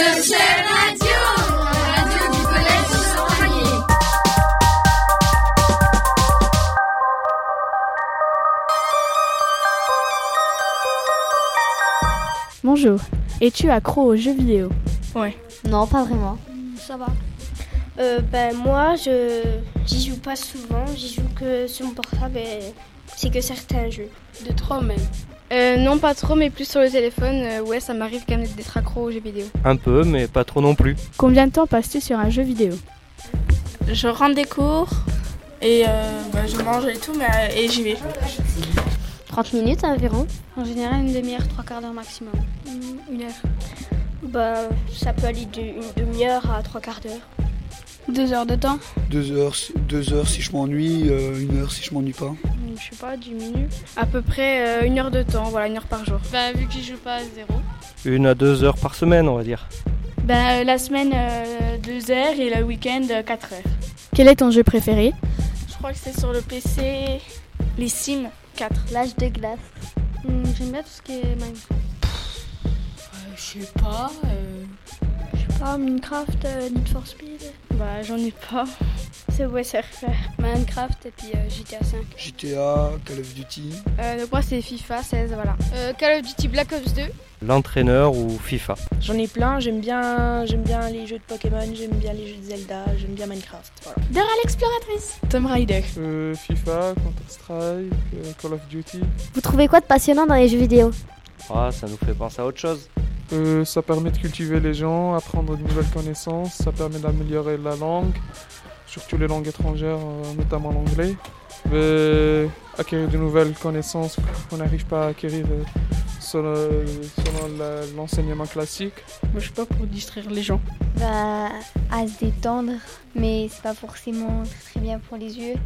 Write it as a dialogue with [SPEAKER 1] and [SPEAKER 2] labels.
[SPEAKER 1] Cherchez Radio, la radio du collège Saint-Vallier.
[SPEAKER 2] Bonjour. Es-tu accro aux jeux vidéo
[SPEAKER 3] Non, pas vraiment.
[SPEAKER 4] Ça va. Euh, ben moi, je j'y joue pas souvent. J'y joue que sur mon portable. et C'est que certains jeux.
[SPEAKER 5] De trop même. Euh, non, pas trop, mais plus sur le téléphone. Euh, ouais, ça m'arrive quand même d'être accro aux jeux vidéo.
[SPEAKER 6] Un peu, mais pas trop non plus.
[SPEAKER 2] Combien de temps passes-tu sur un jeu vidéo
[SPEAKER 7] Je rentre des cours et euh, bah, je mange et tout, mais euh, et j'y vais.
[SPEAKER 3] 30 minutes environ.
[SPEAKER 5] En général, une demi-heure, trois quarts d'heure maximum. Une heure.
[SPEAKER 4] Ben ça peut aller d'une demi-heure à trois quarts d'heure.
[SPEAKER 5] Deux heures de temps
[SPEAKER 8] Deux heures, si- deux heures si je m'ennuie, euh, une heure si je m'ennuie pas.
[SPEAKER 5] Je sais pas, du minutes.
[SPEAKER 7] À peu près euh, une heure de temps, voilà, une heure par jour.
[SPEAKER 5] Bah, vu que j'y joue pas à zéro.
[SPEAKER 6] Une à deux heures par semaine, on va dire.
[SPEAKER 9] Ben, euh, la semaine
[SPEAKER 5] euh,
[SPEAKER 9] 2 heures et le week-end 4 heures.
[SPEAKER 2] Quel est ton jeu préféré
[SPEAKER 7] Je crois que c'est sur le PC, les Sims 4.
[SPEAKER 3] L'âge de glace.
[SPEAKER 5] Hmm, J'aime bien tout ce qui est Minecraft.
[SPEAKER 4] Ah, Minecraft, Need for Speed.
[SPEAKER 5] Bah, j'en ai pas.
[SPEAKER 4] C'est ouais, Surfer.
[SPEAKER 5] Minecraft et puis
[SPEAKER 4] Euh,
[SPEAKER 5] GTA 5.
[SPEAKER 8] GTA, Call of Duty.
[SPEAKER 5] moi, c'est FIFA 16, voilà. Euh, Call of Duty Black Ops 2.
[SPEAKER 6] L'entraîneur ou FIFA.
[SPEAKER 10] J'en ai plein, j'aime bien, j'aime bien les jeux de Pokémon, j'aime bien les jeux de Zelda, j'aime bien Minecraft. Voilà.
[SPEAKER 9] Tom Raider.
[SPEAKER 11] Euh, FIFA, Counter-Strike, euh, Call of Duty.
[SPEAKER 3] Vous trouvez quoi de passionnant dans les jeux vidéo
[SPEAKER 6] Ah, ça nous fait penser à autre chose.
[SPEAKER 11] Euh, ça permet de cultiver les gens, apprendre de nouvelles connaissances, ça permet d'améliorer la langue, surtout les langues étrangères, euh, notamment l'anglais. Mais acquérir de nouvelles connaissances qu'on n'arrive pas à acquérir euh, selon, selon la- l'enseignement classique.
[SPEAKER 9] Moi, je sais pas pour distraire les gens.
[SPEAKER 3] Bah, à se détendre, mais c'est pas forcément très bien pour les yeux.